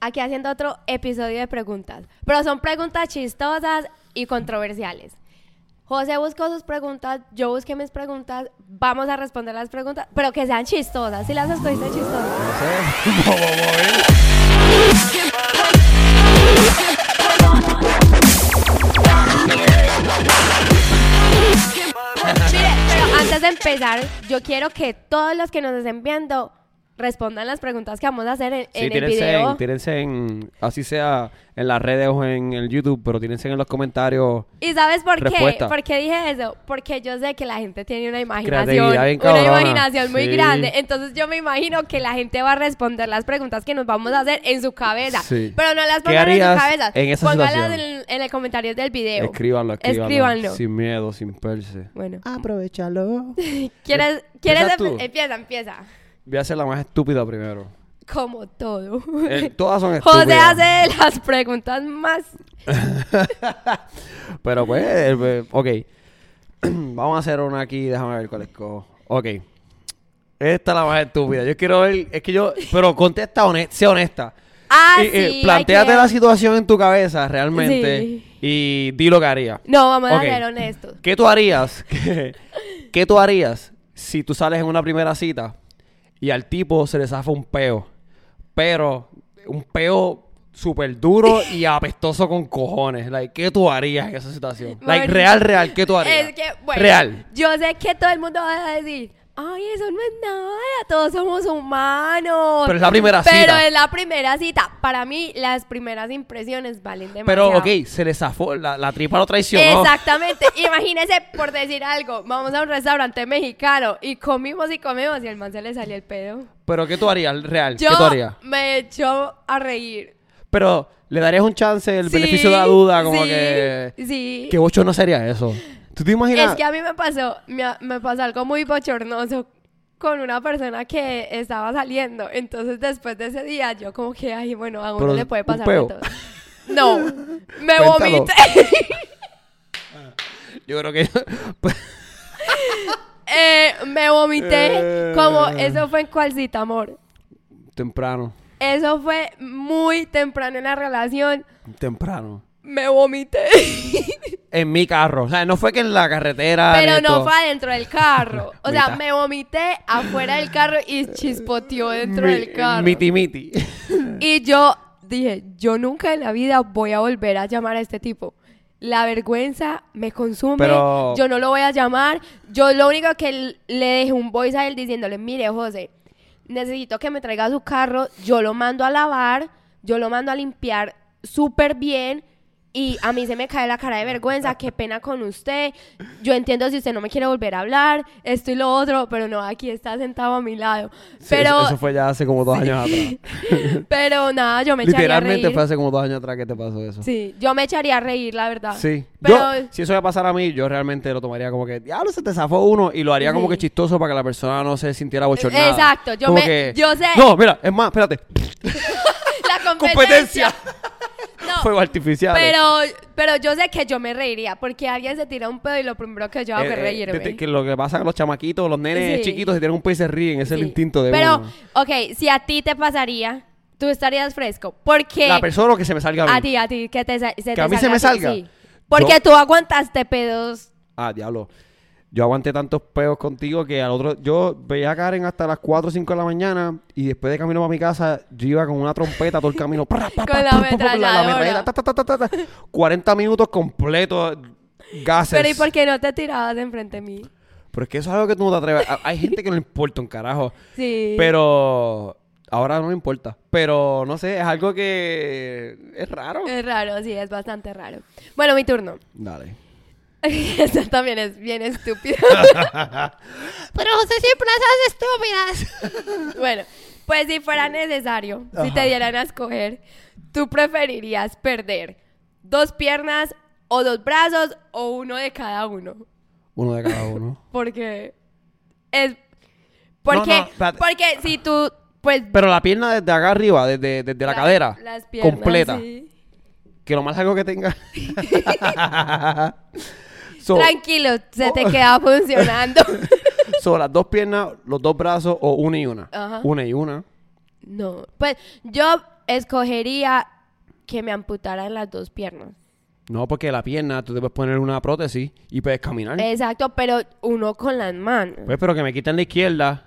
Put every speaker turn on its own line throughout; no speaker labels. aquí haciendo otro episodio de preguntas. Pero son preguntas chistosas y controversiales. José buscó sus preguntas, yo busqué mis preguntas, vamos a responder las preguntas, pero que sean chistosas. Si las escogiste chistosas. Mire, pero antes de empezar, yo quiero que todos los que nos estén viendo respondan las preguntas que vamos a hacer en,
Sí,
en el
tírense,
video.
en, tírense en, así sea en las redes o en el YouTube, pero tírense en los comentarios.
¿Y sabes por qué?
Respuesta.
¿Por qué dije eso? Porque yo sé que la gente tiene una imaginación,
Creatividad bien
una
cabrona.
imaginación muy
Sí.
grande. Entonces yo me imagino que la gente va a responder las preguntas que nos vamos a hacer en su cabeza.
Sí.
Pero no las
¿Qué
pongan en su
harías
cabeza.
en esa
Póngalas
situación?
en, en el comentario del video.
Escríbanlo, escríbanlo.
Escríbanlo.
Sin miedo, sin perse.
Bueno.
Aprovechalo.
¿Quieres, quieres
eh,
empe-
empieza tú.
empieza, empieza.
Voy a hacer la más estúpida primero.
Como todo.
Eh, todas son estúpidas.
José hace las preguntas más.
Pero pues, eh, eh, ok. Vamos a hacer una aquí, déjame ver cuál escojo. Ok. Esta es la más estúpida. Yo quiero ver, es que yo, pero contesta honesta, sé honesta.
Ah,
Y, eh,
sí, hay
plantéate
que-
la situación en tu cabeza realmente
Sí.
y di lo que haría.
No, vamos
Ok.
a ser honestos.
¿Qué tú harías? ¿Qué, qué tú harías si tú sales en una primera cita y al tipo se le zafa un peo? Pero un peo súper duro y apestoso con cojones. Like, ¿Qué tú harías en esa situación? Like,
Marica.
real, real. ¿Qué tú harías?
Es que, bueno,
Real.
yo sé que todo el mundo va a decir, ay, eso no es nada, todos somos humanos.
Pero es la primera
Pero
cita.
es la primera cita. Para mí, las primeras impresiones valen demasiado.
Pero, ok, se le zafó. La, la tripa lo traicionó.
Exactamente. Imagínese, por decir algo, vamos a un restaurante mexicano y comimos y comimos y al man se le salió el pedo.
Pero, ¿qué tú harías? Real.
Yo
¿Qué tú harías?
me echó a reír.
Pero, ¿le darías un chance, el
Sí,
beneficio de la duda? Como
sí,
que...
Sí.
Que bocho no sería eso. ¿Tú te imaginas?
Es que a mí me pasó, me, me pasó algo muy bochornoso con una persona que estaba saliendo. Entonces, después de ese día, yo como que, ay, bueno, a uno
Pero,
le puede
¿un
pasar de
peo?
todo. No, me
Cuéntalo.
vomité.
Yo creo que... pues,
Eh, me vomité.
Eh.
Como, eso fue en cual cita, amor.
Temprano.
Eso fue muy temprano en la relación.
Temprano.
Me vomité.
En mi carro. O sea, no fue que en la carretera.
Pero
ni
no
esto.
fue adentro del carro. O sea,
Mitad.
me vomité afuera del carro y chispoteó dentro
Mi-
del carro.
Miti miti.
Y yo dije, yo nunca en la vida voy a volver a llamar a este tipo. La vergüenza me consume,
Pero-
yo no lo voy a llamar. Yo lo único que l- le dejé un voice a él diciéndole, mire José, necesito que me traiga su carro, yo lo mando a lavar, yo lo mando a limpiar súper bien. Y a mí se me cae la cara de vergüenza, qué pena con usted. Yo entiendo si usted no me quiere volver a hablar, esto y lo otro, pero no, aquí está sentado a mi lado.
Sí,
pero,
eso, eso fue ya hace como dos años atrás.
pero nada, yo me echaría a
Literalmente
reír.
fue hace como dos años atrás que te pasó eso.
Sí, yo me echaría a reír, la verdad.
Sí.
Pero
Yo, si eso me pasara a mí, yo realmente lo tomaría como que, diablo, se te zafó uno y lo haría como
Sí.
que chistoso para que la persona no se sintiera bochornada.
Exacto, yo
Como
me- yo sé-
No, mira, es más, espérate.
la competencia.
Competencia.
No,
Fuego artificial.
pero, pero yo sé que yo me reiría, porque alguien se tira un pedo y lo primero que yo hago
Eh,
es
eh,
reírme.
te- que lo que pasa con los chamaquitos, los nenes
Sí.
chiquitos, si tienen un país se ríen, es el
Sí.
instinto de
Pero,
uno.
ok, si a ti te pasaría, tú estarías fresco. Porque
La persona o que se me salga
a
bien.
ti, a ti, que te, sa- se te
a mí se me
salga a ti,
salga.
sí. Porque
Yo-
tú aguantaste pedos.
Ah, diablo. Yo aguanté tantos peos contigo que al otro... Yo veía a Karen hasta las 4 o 5 de la mañana y después de camino para mi casa, yo iba con una trompeta todo el camino. pra,
Con
pra, pra,
la
pra, pra, pra,
ametralladora.
metralleta, ta, ta, ta, ta, ta. 40 minutos completos gases.
Pero ¿y por qué no te tirabas enfrente de mí?
Pero es que eso es algo que tú no te atreves. A- Hay gente que no le importa un carajo.
Sí.
Pero... Ahora no me importa. Pero, no sé, es algo que... Es raro.
Es raro, sí, es bastante raro. Bueno, mi turno.
Dale.
Esta también es bien estúpida.
Pero José siempre las hace estúpidas.
bueno, pues si fuera necesario, si te dieran a escoger, ¿tú preferirías perder dos piernas o dos brazos o uno de cada uno?
Uno de cada uno.
Porque es... Porque,
no, espérate.
porque si tú, pues...
Pero la pierna desde acá arriba, desde, desde la, cadera.
Las piernas,
completa.
sí.
Que lo más largo que tenga. so,
Tranquilo, se te
Oh.
queda funcionando.
so, las dos piernas, los dos brazos o una y una.
Ajá.
Una y una.
no, pues yo escogería que me amputaran las dos piernas.
No, porque la pierna tú te puedes poner una prótesis y puedes caminar.
Exacto, pero uno con las manos.
Pues, pero que me quiten la izquierda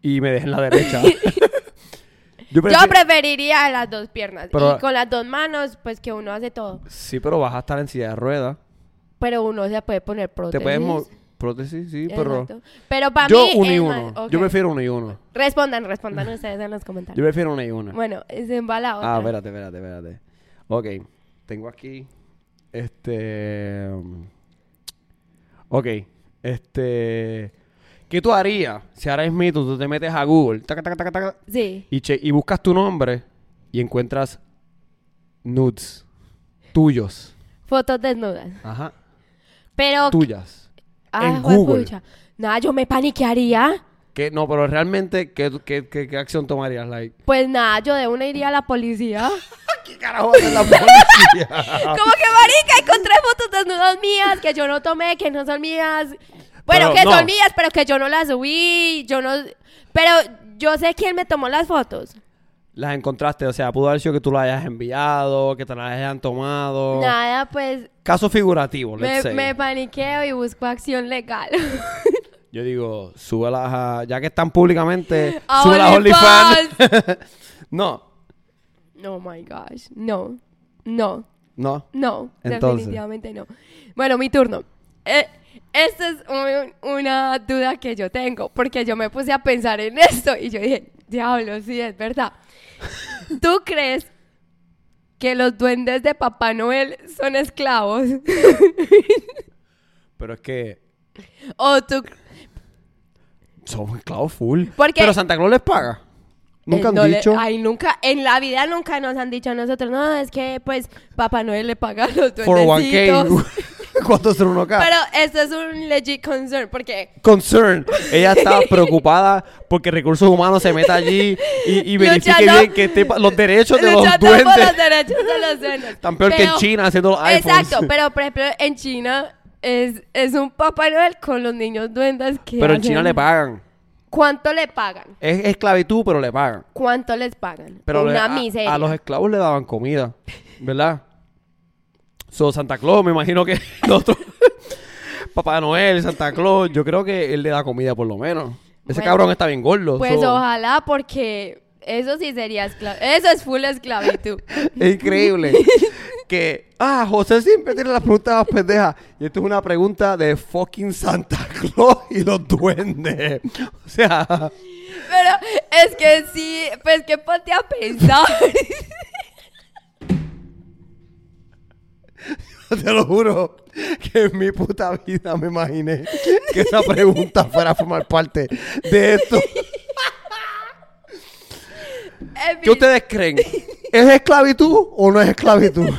y me dejen la derecha. Yo
Yo
prefiero-
preferiría las dos piernas.
Pero-
y con las dos manos, pues que uno hace todo.
Sí, pero vas a estar en silla de ruedas.
Pero uno se puede poner prótesis.
Te puedes mover. Prótesis, sí, pero.
Exacto. Pero para
Yo
mí.
uno y
es
uno.
más- ok.
Yo prefiero uno y uno.
Respondan, respondan ustedes en los
Yo
comentarios.
prefiero uno y uno.
Bueno, se va la otra.
Ah, espérate, espérate, espérate. Ok, tengo aquí. Este. mm, Ok, este. ¿Qué tú harías si ahora mismo tú te metes a Google taca, taca, taca, taca,
Sí.
y, che- y buscas tu nombre y encuentras nudes tuyos?
Fotos desnudas.
Ajá,
Pero.
tuyas. en
juepucha.
Google.
Nada, yo me paniquearía.
Que, no, pero realmente, ¿qué, tú- qué, qué- qué acción tomarías? Like,
Pues nada, yo de una iría a la policía.
¿Qué carajo hace la policía?
Como que marica, encontré fotos desnudas mías que yo no tomé, que no son mías. Bueno,
Pero
que
no.
son mías, pero que yo no las subí, yo no. Pero yo sé quién me tomó las fotos.
las encontraste, o sea, pudo haber sido que tú las hayas enviado, que te las hayan tomado.
Nada, pues
Caso figurativo, Oh. let's
me,
say.
me paniqueo y busco acción legal.
Yo digo, súbelas a... Ya que están públicamente,
A
súbelas a OnlyFans. no,
no, my gosh, no, no.
no.
No,
Entonces.
definitivamente no. Bueno, mi turno. Eh, esta es un- una duda que yo tengo, porque yo me puse a pensar en esto y yo dije, diablo, sí, es verdad. ¿Tú crees que los duendes de Papá Noel son esclavos?
Pero es que
¿O tú... eh,
son esclavos full.
Porque- Eh,
Pero Santa Claus les paga. Nunca han
no le-
dicho...
ay, nunca, en la vida nunca nos han dicho a nosotros, no, es que pues Papá Noel le paga a los
For
duendecitos.
1K. ¿Cuánto son 1K?
Pero esto es un legit concern, porque...
Concern. Ella está preocupada porque Recursos Humanos se meta allí y, y verifique
Luchando-
bien que esté pa- los derechos de los
Luchando por
duendes.
los derechos de los duendes.
Tan peor que en
Pero-
China haciendo los iPhones.
Exacto, pero por ejemplo en China es, es un Papá Noel con los niños duendes que
Pero en
hacen-
China le pagan.
¿Cuánto le pagan?
Es esclavitud, pero le pagan.
¿Cuánto les pagan?
Pero le-
Una
a-
miseria.
A, los esclavos le daban comida, ¿verdad? So, Santa Claus, me imagino que nosotros, Papá Noel, Santa Claus, yo creo que él le da comida por lo menos. Ese
Bueno,
cabrón está bien gordo.
Pues
so,
ojalá porque eso sí sería esclavitud. Eso es full esclavitud.
Es increíble. que, ah, José siempre tiene las preguntas más pendejas. Y esto es una pregunta de fucking Santa Claus y los duendes. O sea,
pero es que sí, pues que ponte a pensar.
Te lo juro que en mi puta vida me imaginé que esa pregunta fuera a formar parte de esto.
En
¿Qué
fin,
ustedes creen? ¿Es esclavitud o no es esclavitud?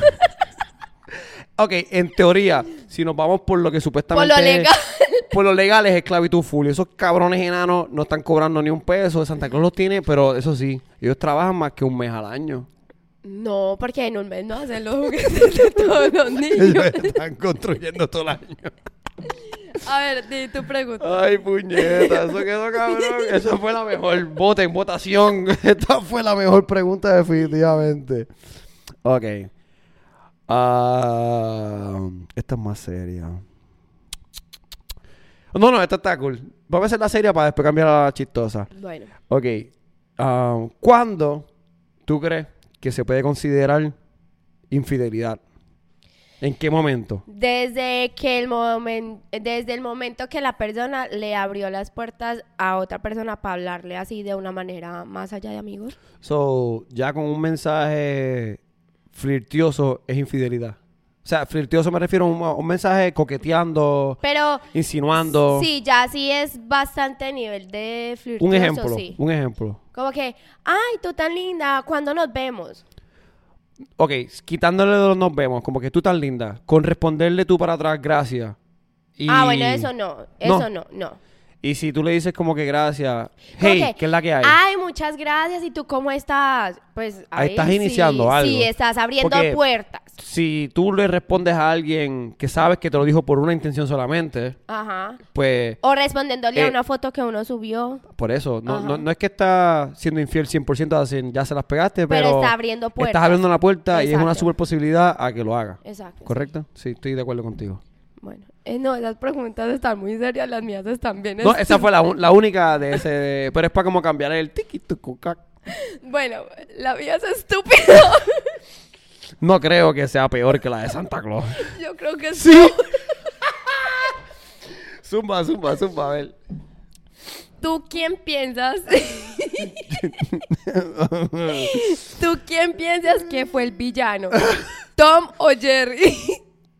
Ok, en teoría, si nos vamos por lo que supuestamente.
Por lo
es-
legal.
por lo legal es esclavitud full. Y Esos cabrones enanos no están cobrando ni un peso. Santa Claus los tiene, pero eso sí, ellos trabajan más que un mes al año.
No, porque en un mes no hacen los juguetes de todos los
Ellos
niños.
están construyendo todo el año.
A ver, di tu pregunta.
Ay, puñeta, eso quedó cabrón. Esa fue la mejor vota en votación. Esta fue la mejor pregunta, definitivamente. Ok. Ah, esta es más seria. No, no, esta está cool. Vamos a hacer la seria para después cambiar a la chistosa.
Bueno.
Ok. Ah, ¿Cuándo tú crees que se puede considerar infidelidad? ¿En qué momento?
Desde que el momento, desde el momento que la persona le abrió las puertas a otra persona para hablarle así de una manera más allá de amigos.
So, ya con un mensaje flirtioso es infidelidad. O sea, flirtioso me refiero a un, a un mensaje coqueteando,
Pero
insinuando.
sí, ya sí es bastante nivel de flirtoso,
un ejemplo,
sí.
un ejemplo.
Como que, ay, tú tan linda, ¿cuándo nos vemos?
Ok, quitándole los nos vemos, como que tú tan linda, con responderle tú para atrás gracias. Y-
Ah, bueno, eso no, eso no, no.
Y si tú le dices como que gracias,
Como ah.
hey, ¿qué es la que hay?
Ay, muchas gracias, ¿y tú cómo estás? Pues
Ahí estás
sí,
iniciando algo.
Sí, estás abriendo
Porque
puertas.
si tú le respondes a alguien que sabes que te lo dijo por una intención solamente,
Ajá.
pues
O respondiéndole a
Eh,
una foto que uno subió,
por eso, no,
Ajá.
no, no es que está siendo infiel 100%, así, ya se las pegaste, pero,
pero, está abriendo puertas.
estás abriendo una puerta y es una
Exacto.
super posibilidad a que lo haga.
Exacto.
¿Correcto? Sí, estoy de acuerdo contigo.
Bueno, eh, no, esas preguntas están muy serias, las mías están bien.
No, esa fue la, un- la única de ese. Pero es para como cambiar el tiki tucu, cac.
Bueno, la mía es estúpida.
No creo que sea peor que la de Santa Claus.
Yo creo que sí.
Zumba, zumba, zumba, a ver.
¿Tú quién piensas? ¿Tú quién piensas que fue el villano? ¿Tom o Jerry?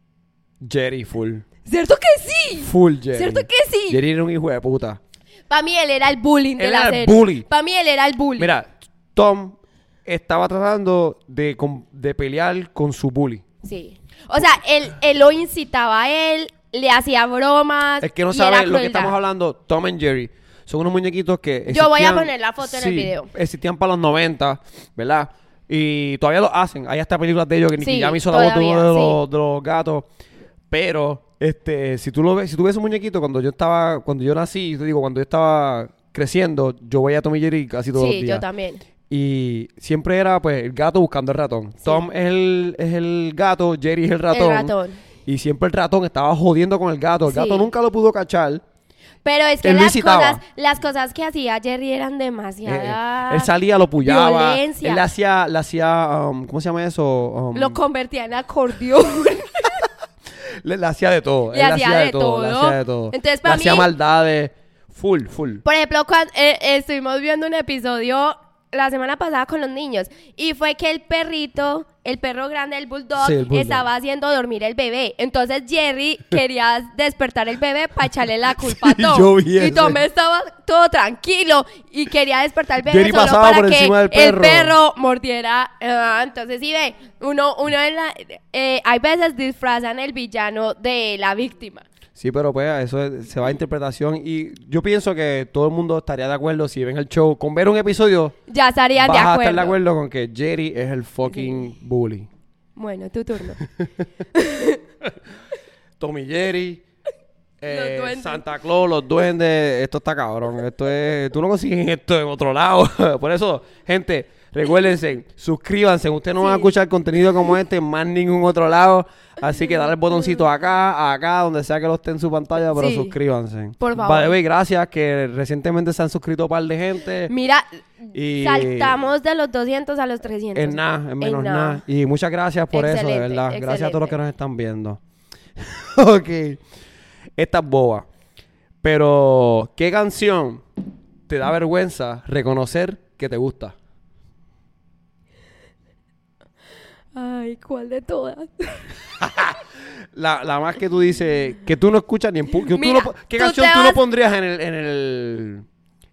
Jerry, full.
¿Cierto que sí?
Full Jerry.
¿Cierto que sí?
Jerry era un hijo de puta.
Para mí él era el bullying de
Él
la
era el
serie.
bully.
Para mí él era el bully.
Mira, Tom estaba tratando de, com- de pelear con su bully.
Sí. O sea, él, él lo incitaba a él, le hacía bromas.
Es que no
y era
sabe lo que
crueldad.
estamos hablando. Tom and Jerry son unos muñequitos que.
Yo voy a
existían-
poner la foto en el
sí,
video.
Existían para los 90, ¿verdad? Y todavía lo hacen. Hay hasta películas de ellos que Nicky
Sí,
Jam hizo la voz de uno de
todavía,
los, de los gatos. Pero, este, si tú lo ves, si tú ves un muñequito cuando yo estaba, cuando yo nací, te digo, cuando yo estaba creciendo, yo voy a Tom y Jerry casi todos los
Sí,
días.
yo también.
Y siempre era, pues, el gato buscando el ratón. Tom es el, es el gato, Jerry es el ratón.
ratón.
Y siempre el ratón estaba jodiendo con el gato. El
Sí.
gato nunca lo pudo cachar.
Pero es que
Él lo
las
incitaba.
cosas, las cosas que hacía Jerry eran
Eh,
demasiadas.
él salía, lo puyaba.
Violencia.
Él le hacía, le hacía um, ¿cómo se llama eso? Um,
Lo convertía en acordeón.
le, le hacía de todo.
Le
Él
hacía de
Le
todo.
hacía de todo.
Entonces,
le
para
hacía
mí-
maldades. Full, full.
Por ejemplo, cuando estuvimos viendo un episodio la semana pasada con los niños y fue que el perrito, el perro grande, el bulldog,
Sí, el bulldog.
estaba haciendo dormir el bebé. Entonces Jerry quería despertar el bebé para echarle la culpa
Sí,
a
yo
Tom. Y
vi eso.
Tom estaba todo tranquilo y quería despertar el bebé
Jerry
solo
pasaba
para
por
que
encima del perro.
el perro mordiera. Ah, entonces, sí ve, uno, uno en la- eh, hay veces disfrazan el villano de la víctima.
Sí, pero pues eso es- se va a interpretación. Y yo pienso que todo el mundo estaría de acuerdo si ven el show. Con ver un episodio,
Ya estarían
vas
de
a
acuerdo.
estar de acuerdo con que Jerry es el fucking bully.
Bueno, tu turno.
Tommy Jerry, eh,
duendes.
Santa Claus, los duendes, esto está cabrón. Esto es, tú no consigues esto en otro lado. Por eso, gente, recuérdense, suscríbanse. Ustedes no van a escuchar contenido como este en más ningún otro lado. Así que dale el botoncito acá, acá, donde sea que lo esté en su pantalla, pero
Sí.
suscríbanse.
Por favor.
By the way, gracias que recientemente se han suscrito un par de gente.
Mira,
Y-
saltamos de los 200 a los 300.
En nada, en menos nada. Y muchas gracias por eso, de
Excelente,
verdad. Gracias a todos los que
excelente.
nos están viendo. ok. Esta es boba. Pero, ¿qué canción te da vergüenza reconocer que te gusta?
Ay, ¿cuál de todas?
La, la más que tú dices, que tú no escuchas ni en... pu- que tú
Mira,
no po- ¿Qué
tú
canción
te
tú no
vas-
pondrías en el, en el...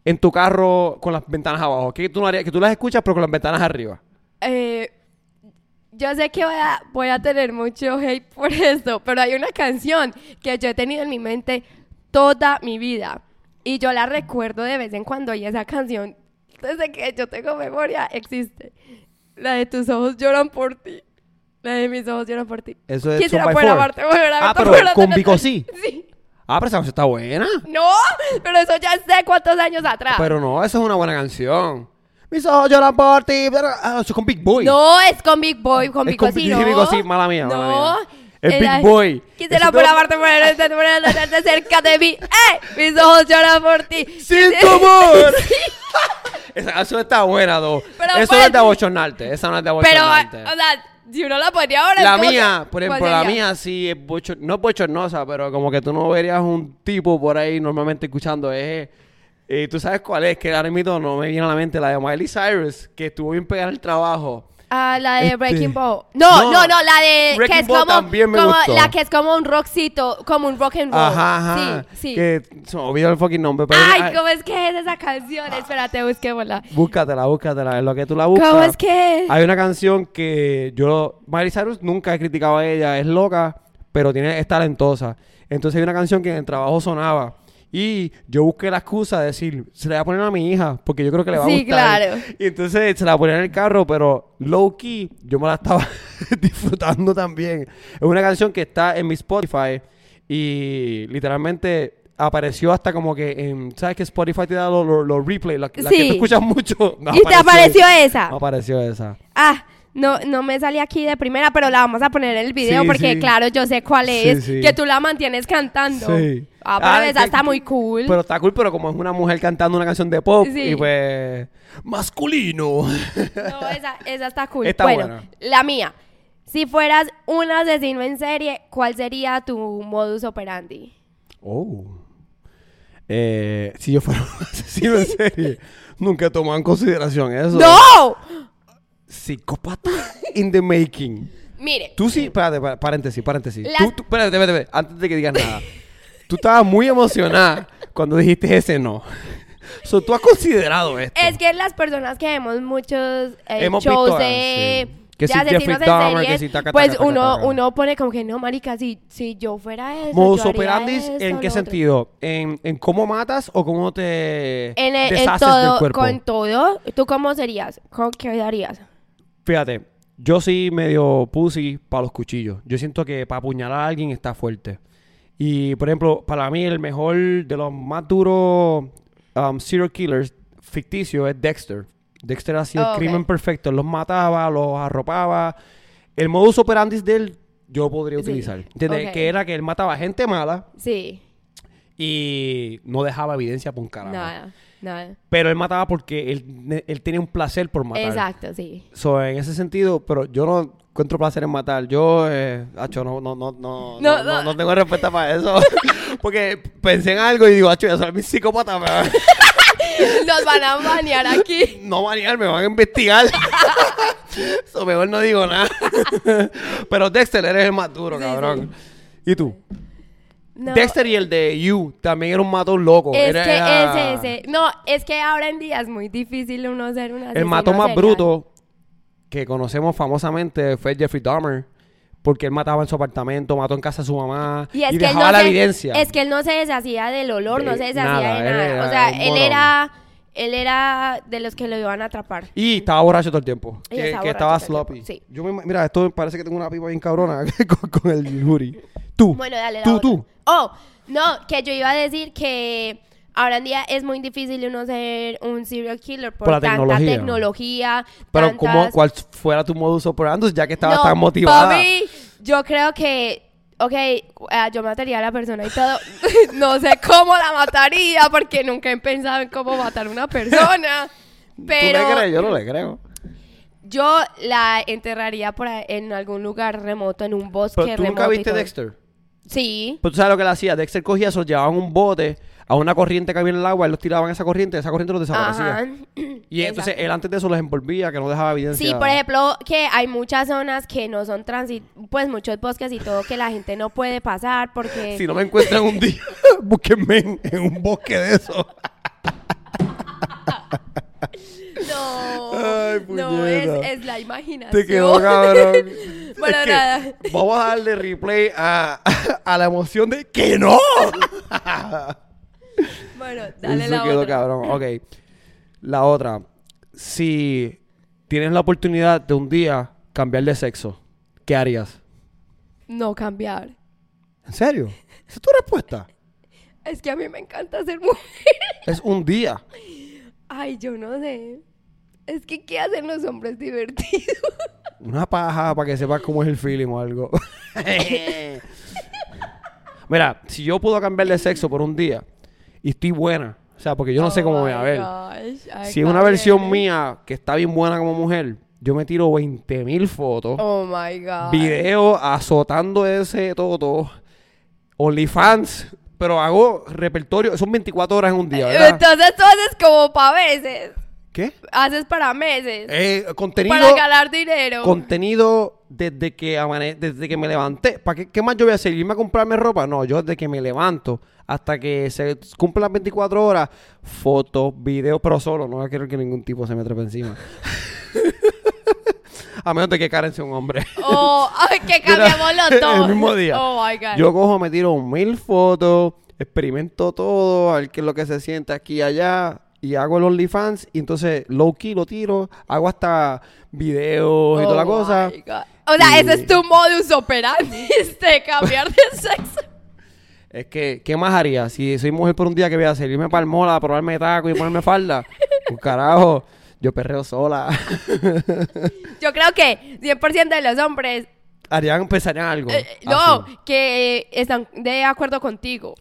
En tu carro con las ventanas abajo? ¿Qué tú no harías? Que tú las escuchas pero con las ventanas arriba.
Eh, yo sé que voy a, voy a tener mucho hate por esto, pero hay una canción que yo he tenido en mi mente toda mi vida. Y yo la recuerdo de vez en cuando y esa canción, desde que yo tengo memoria, existe. La de tus ojos lloran por ti. La de mis ojos lloran por ti.
Eso es
Quisiera
Son by
poder
Four.
amarte, volver a
Ah,
verte,
pero
volver a
con
tenerte.
Vico sí.
Sí.
Ah, pero esa canción está buena.
No, pero eso ya sé cuántos años atrás.
Pero no, eso es una buena canción. Mis ojos lloran por ti. pero- ah, eso es con Big Boy.
No, es con Big Boy, con
Es
Big Boy,
con
sí,
Big-
no.
Big Boy, sí, mala mía, mala
No,
mía. Es
era-
Big Boy.
Quisiera
Eso
por
te-
amarte, por el por el- por el- cerca de mí. ¡Eh! Mis ojos lloran por ti.
¡Sin tu amor! Esa canción está buena, Do.
Pero
eso
pues-
no es de abochornarte. Esa no es de
Pero, ah,
abochornarte.
o sea, si uno la ponía ahora.
Pues la
es como
mía,
que- pues,
por
¿cuál
ejemplo, la
sería?
mía sí es bochor- no es bochornosa, pero como que tú no verías un tipo por ahí normalmente escuchando. Es, eh, tú sabes cuál es, que ahora mismo no me viene a la mente la de Miley Cyrus, que estuvo bien pegada en el trabajo.
Ah, la de
Este-
Breaking Ball. No,
No,
no, no, la de.
Breaking
que es
Ball
como,
también me
como
gustó.
La que es como un rockcito, como un rock and roll.
Ajá, ajá.
Sí, sí.
Que se me olvidó el fucking nombre, pero.
Ay,
ay,
¿cómo es que es esa canción? Espérate, busquémosla.
Búscatela, búscatela. En lo que tú la buscas.
¿Cómo es que es?
Hay una canción que yo. Miley Cyrus nunca he criticado a ella. Es loca, pero tiene, es talentosa. Entonces hay una canción que en el trabajo sonaba. Y yo busqué la excusa de decir, se la voy a poner a mi hija, porque yo creo que le va a
Sí,
gustar.
claro.
Y entonces se la ponía en el carro, pero low key, yo me la estaba disfrutando también. Es una canción que está en mi Spotify y literalmente apareció hasta como que en, ¿sabes que Spotify te da los los- los replays, las las que
Sí.
tú escuchas mucho? Me
y te apareció esa.
Me apareció esa.
Ah, no, no me salí aquí de primera, pero la vamos a poner en el video
Sí,
porque,
sí.
claro, yo sé cuál
Sí,
es.
sí.
Que tú la mantienes cantando.
Sí.
Ah, pero
Ah,
esa
que-
está muy cool.
Pero está cool, pero como es una mujer cantando una canción de pop
Sí.
y pues masculino.
No, esa, esa está cool.
Está
bueno,
buena.
la mía. Si fueras un asesino en serie, ¿cuál sería tu modus operandi?
Oh. Eh, si yo fuera un asesino en serie, nunca tomaba en consideración eso.
¡No!
Psicópata in the making.
Mire,
Tú sí, espérate, pa- paréntesis, paréntesis.
La-
Tú, tú- espérate, espérate, espérate, antes de que digas nada. tú estabas muy emocionada cuando dijiste ese no. So, tú has considerado esto.
es que las personas que vemos muchos eh,
Hemos
shows
visto, ah,
de,
sí.
de
Que si Jeffrey
asesinos en
Dahmer, que
series,
si taca, taca,
pues
taca,
uno,
taca.
uno pone como que no, marica, si, si yo fuera eso,
Modus
yo haría
operandi,
esto,
¿en qué
lo otro".
sentido? ¿En, en cómo matas o cómo te
En, el- en
deshaces del
todo,
cuerpo?
con todo, ¿tú cómo serías? ¿Con qué harías?
Fíjate, yo sí medio pussy para los cuchillos. Yo siento que para apuñalar a alguien está fuerte. Y, por ejemplo, para mí el mejor de los más duros um, serial killers ficticios es Dexter. Dexter hacía
Oh, ok.
el crimen perfecto. Los mataba, los arropaba. El modus operandi de él yo lo podría
Sí.
utilizar. ¿Entiendes?
Ok.
Que era que él mataba gente mala
Sí,
y no dejaba evidencia por un carajo.
nada, nada.
Pero él mataba porque él, él tenía un placer por matar.
Exacto, sí.
So, en ese sentido, pero yo no encuentro placer en matar. Yo, eh, acho, no, no, no, no, no,
No,
no,
no.
no tengo respuesta para eso. Porque pensé en algo y digo, acho, ya soy mi psicópata, me van-
Nos van a banear aquí.
no manejar, me van a investigar. so, mejor no digo nada. pero Dexter, eres el más duro,
Sí,
cabrón. ¿Y tú?
No,
Dexter y el de You también era un matón loco.
Es
Era-
que
era-
es ese. No, es que ahora en día es muy difícil uno ser un asesino
El matón más
serial.
bruto que conocemos famosamente fue Jeffrey Dahmer. Porque él mataba en su apartamento, mató en casa a su mamá. Y,
Y es que él
dejaba
no
la
se-
evidencia.
Es que él no se deshacía del olor, no
De
se deshacía
nada,
de
él
nada.
era
o sea,
un
él
morón.
era, él era de los que lo iban a atrapar.
Y estaba borracho todo el tiempo.
Y
que
estaba
que
borracho
estaba
todo el
sloppy.
tiempo, sí.
Yo me ima- mira, esto me parece que tengo una pipa bien cabrona con, con el jury. Tú.
Bueno, dale, la
Tú,
otra.
tú.
Oh, no, que yo iba a decir que ahora en día es muy difícil uno ser un serial killer por,
Por la
tanta
tecnología.
tecnología.
Pero
tantas-
como cuál fuera tu modus operandi ya que estabas
No,
tan motivada.
papi, yo creo que, ok, eh, yo mataría a la persona y todo. no sé cómo la mataría porque nunca he pensado en cómo matar a una persona. Pero
¿Tú le crees? Yo no le creo.
yo la enterraría por ahí en algún lugar remoto, en un bosque
Pero tú
remoto
nunca
y
viste
todo.
Dexter. Pues,
Sí.
Pero tú sabes lo que él hacía. Dexter cogía, se los llevaban un bote a una corriente que había en el agua. Él los tiraban a esa corriente, esa corriente los desaparecía.
Ajá.
Y entonces
Exacto.
él antes de eso los envolvía, que no dejaba evidencia.
Sí, por ejemplo, que hay muchas zonas que no son transit, pues muchos bosques y todo que la gente no puede pasar porque
Si no me encuentran un día, búsquenme en, en un bosque de eso.
no,
Ay,
no es,
puñeta.
es la imaginación.
Te quedó oh, cabrón.
Bueno,
Es que
nada.
Vamos a darle replay a, a la emoción de que no.
Bueno, dale
eso
la
quedó
otra.
cabrón. Ok. La otra. Si tienes la oportunidad de un día cambiar de sexo, ¿qué harías?
No cambiar.
¿En serio? Esa es tu respuesta.
Es que a mí me encanta ser mujer.
Es un día.
Ay, yo no sé. Es que ¿qué hacen los hombres divertidos?
Una paja para que sepas cómo es el feeling o algo. Mira, si yo puedo cambiar de sexo por un día y estoy buena, o sea, porque yo no sé cómo me
Oh
voy a ver. Si es una versión mía que está bien buena como mujer, yo me tiro 20 mil fotos,
Oh my god.
videos azotando ese todo, OnlyFans, pero hago repertorio, son 24 horas en un día, ¿verdad?
Entonces tú haces como para veces.
¿Qué?
Haces para meses.
Eh, contenido.
para ganar dinero.
contenido desde que amane- desde que me levanté. ¿Para qué, qué más yo voy a hacer? ¿Irme a comprarme ropa? No, yo desde que me levanto hasta que se cumplan las 24 horas, fotos, videos, pero solo. No voy a querer que ningún tipo se me trepe encima. a menos de que Karen sea un hombre.
Oh, ay, que cambiamos los dos.
El mismo día.
Oh my god.
Yo cojo, me tiro mil fotos, experimento todo, a ver qué es lo que se siente aquí y allá. Y hago el OnlyFans y entonces low key lo tiro, hago hasta videos y toda la
Oh
cosa.
my God. O sea,
Y-
ese es tu modus operandi, de cambiar de sexo.
Es que, ¿qué más haría? Si soy mujer por un día, ¿qué voy a hacer? Irme para el mola, a probarme taco y ponerme falda. Un carajo, yo perreo sola.
Yo creo que 100% de los hombres,
Harían, empezarían algo.
eh, no,
Así.
que están de acuerdo contigo.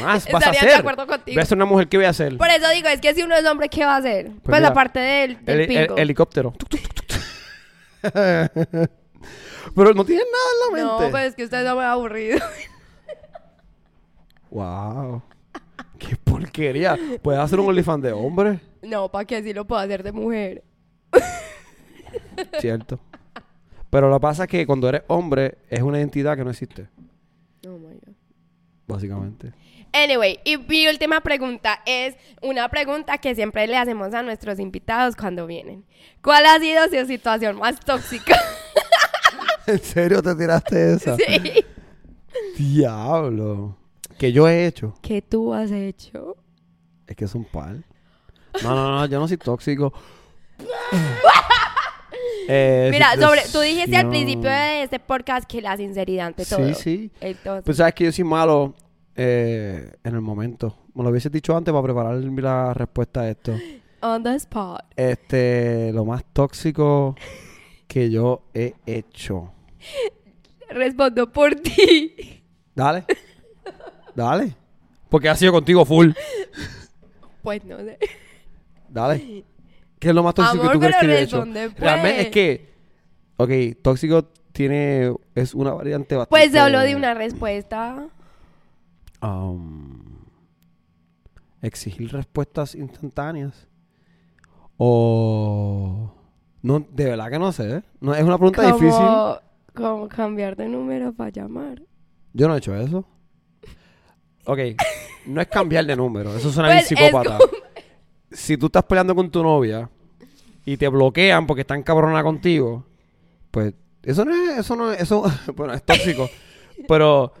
más vas a
Estarían
hacer?
de acuerdo contigo.
Voy a ser una mujer, ¿qué voy a hacer?
Por eso digo, es que si uno es hombre, ¿qué va a hacer? Pues,
mira,
la parte del, del
Heli- hel-
pingo.
helicóptero. Tuc, tuc, tuc, tuc. Pero no tienes nada en la
no,
mente.
pues es que usted no me ha aburrido.
Wow. Qué porquería. ¿Puedes hacer un OnlyFans de hombre?
No, para que así lo puedo hacer de mujer.
Cierto. Pero lo que pasa es que cuando eres hombre es una identidad que no existe,
Oh my God.
básicamente.
Anyway, y mi última pregunta es una pregunta que siempre le hacemos a nuestros invitados cuando vienen. ¿Cuál ha sido su situación más tóxica?
¿En serio te tiraste esa?
sí.
Diablo. Que yo he hecho.
¿Qué tú has hecho?
Es que es un par. No, no, no, yo no soy tóxico. Eh,
Mira, sobre, tú dijiste al
situación.
principio de este podcast que la sinceridad ante
Sí,
todo.
sí.
Entonces,
Pues sabes que yo soy malo eh, en el momento. Me lo hubiese dicho antes para preparar la respuesta a esto.
on the spot.
Este, lo más tóxico que yo he hecho.
Respondo por ti.
Dale. Dale. Porque ha sido contigo full.
Pues no sé.
Dale. ¿Qué es lo más tóxico
Amor,
que tú crees
pero
que yo he hecho?
responde, pues.
Realmente es que. Ok, tóxico tiene. Es una variante bastante.
Pues se habló de una respuesta.
um, exigir respuestas instantáneas. O. No, de verdad que no sé. ¿eh? No, es una pregunta difícil.
Como, como cambiar de número para llamar.
Yo no he hecho eso. Ok, no es cambiar de número. Eso suena
Pues,
bien
es
psicópata.
como-
Si tú estás peleando con tu novia y te bloquean porque están cabrona contigo, pues eso no es, eso no es, eso, bueno, es tóxico. pero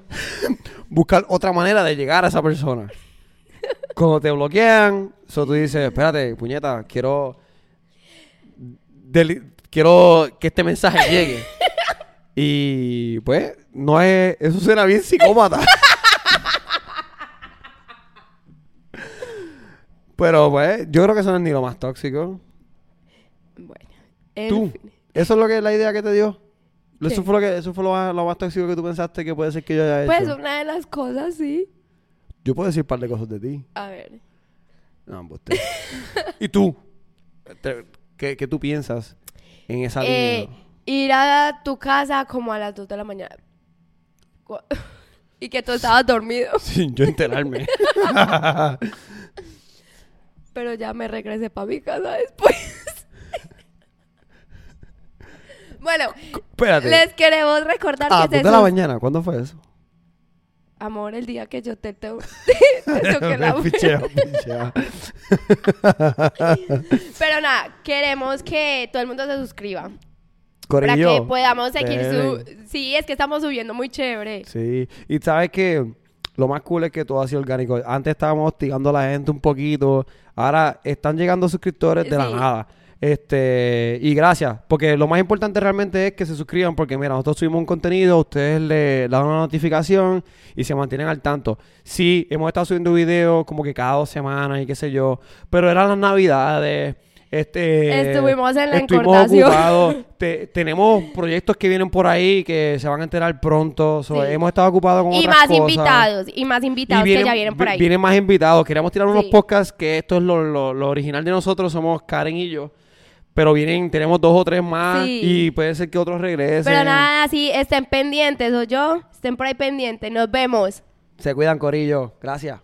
buscar otra manera de llegar a esa persona. Cuando te bloquean, so tú dices, espérate, puñeta, quiero, deli- quiero que este mensaje llegue. Y pues, no es. Eso suena bien psicópata. Pero pues, yo creo que eso no es ni lo más tóxico.
Bueno. en
Tú.
fin.
Eso es lo que la idea que te dio. Eso
¿Qué?
fue lo que, eso fue lo más, lo más tóxico que tú pensaste que puede ser que yo haya hecho.
Pues una de las cosas, sí.
Yo puedo decir un par de cosas de ti.
A ver.
No, embuste. ¿Y tú? Te- ¿Qué, qué tú piensas en esa
Eh,
línea?
ir a tu casa como a las 2 de la mañana. Cu- Y que tú estabas dormido.
Sin yo enterarme.
Pero ya me regresé para mi casa después. bueno,
Espérate.
les queremos recordar
ah,
que
tú
se
de la
sus-
mañana. ¿Cuándo fue eso?
Amor, el día que yo te, to- te toqué la
Pichea, pichea.
Pero nada, queremos que todo el mundo se suscriba. Para
Corillo,
que podamos seguir
deben.
su... Sí, es que estamos subiendo muy chévere.
Sí, y sabes que lo más cool es que todo ha sido orgánico. Antes estábamos hostigando a la gente un poquito, ahora están llegando suscriptores de la
Sí.
nada. Este, y gracias, porque lo más importante realmente es que se suscriban, porque mira, nosotros subimos un contenido, ustedes le dan una notificación y se mantienen al tanto. Sí, hemos estado subiendo videos como que cada dos semanas y qué sé yo, pero eran las navidades. Este,
Estuvimos en la
estuvimos
encordación.
ocupados, te- tenemos proyectos que vienen por ahí que se van a enterar pronto. so,
Sí.
Hemos estado ocupados con
Y
otras
más
cosas.
invitados, y más invitados
Y vienen-
que ya vienen por ahí.
Vienen más invitados. Queríamos tirar unos
Sí.
podcasts que esto es lo, lo- lo original de nosotros. Somos Karen y yo. Pero vienen, tenemos dos o tres más.
Sí.
Y puede ser que otros regresen.
Pero nada, sí, estén pendientes, o yo, estén por ahí pendientes. Nos vemos.
Se cuidan, Corillo. Gracias.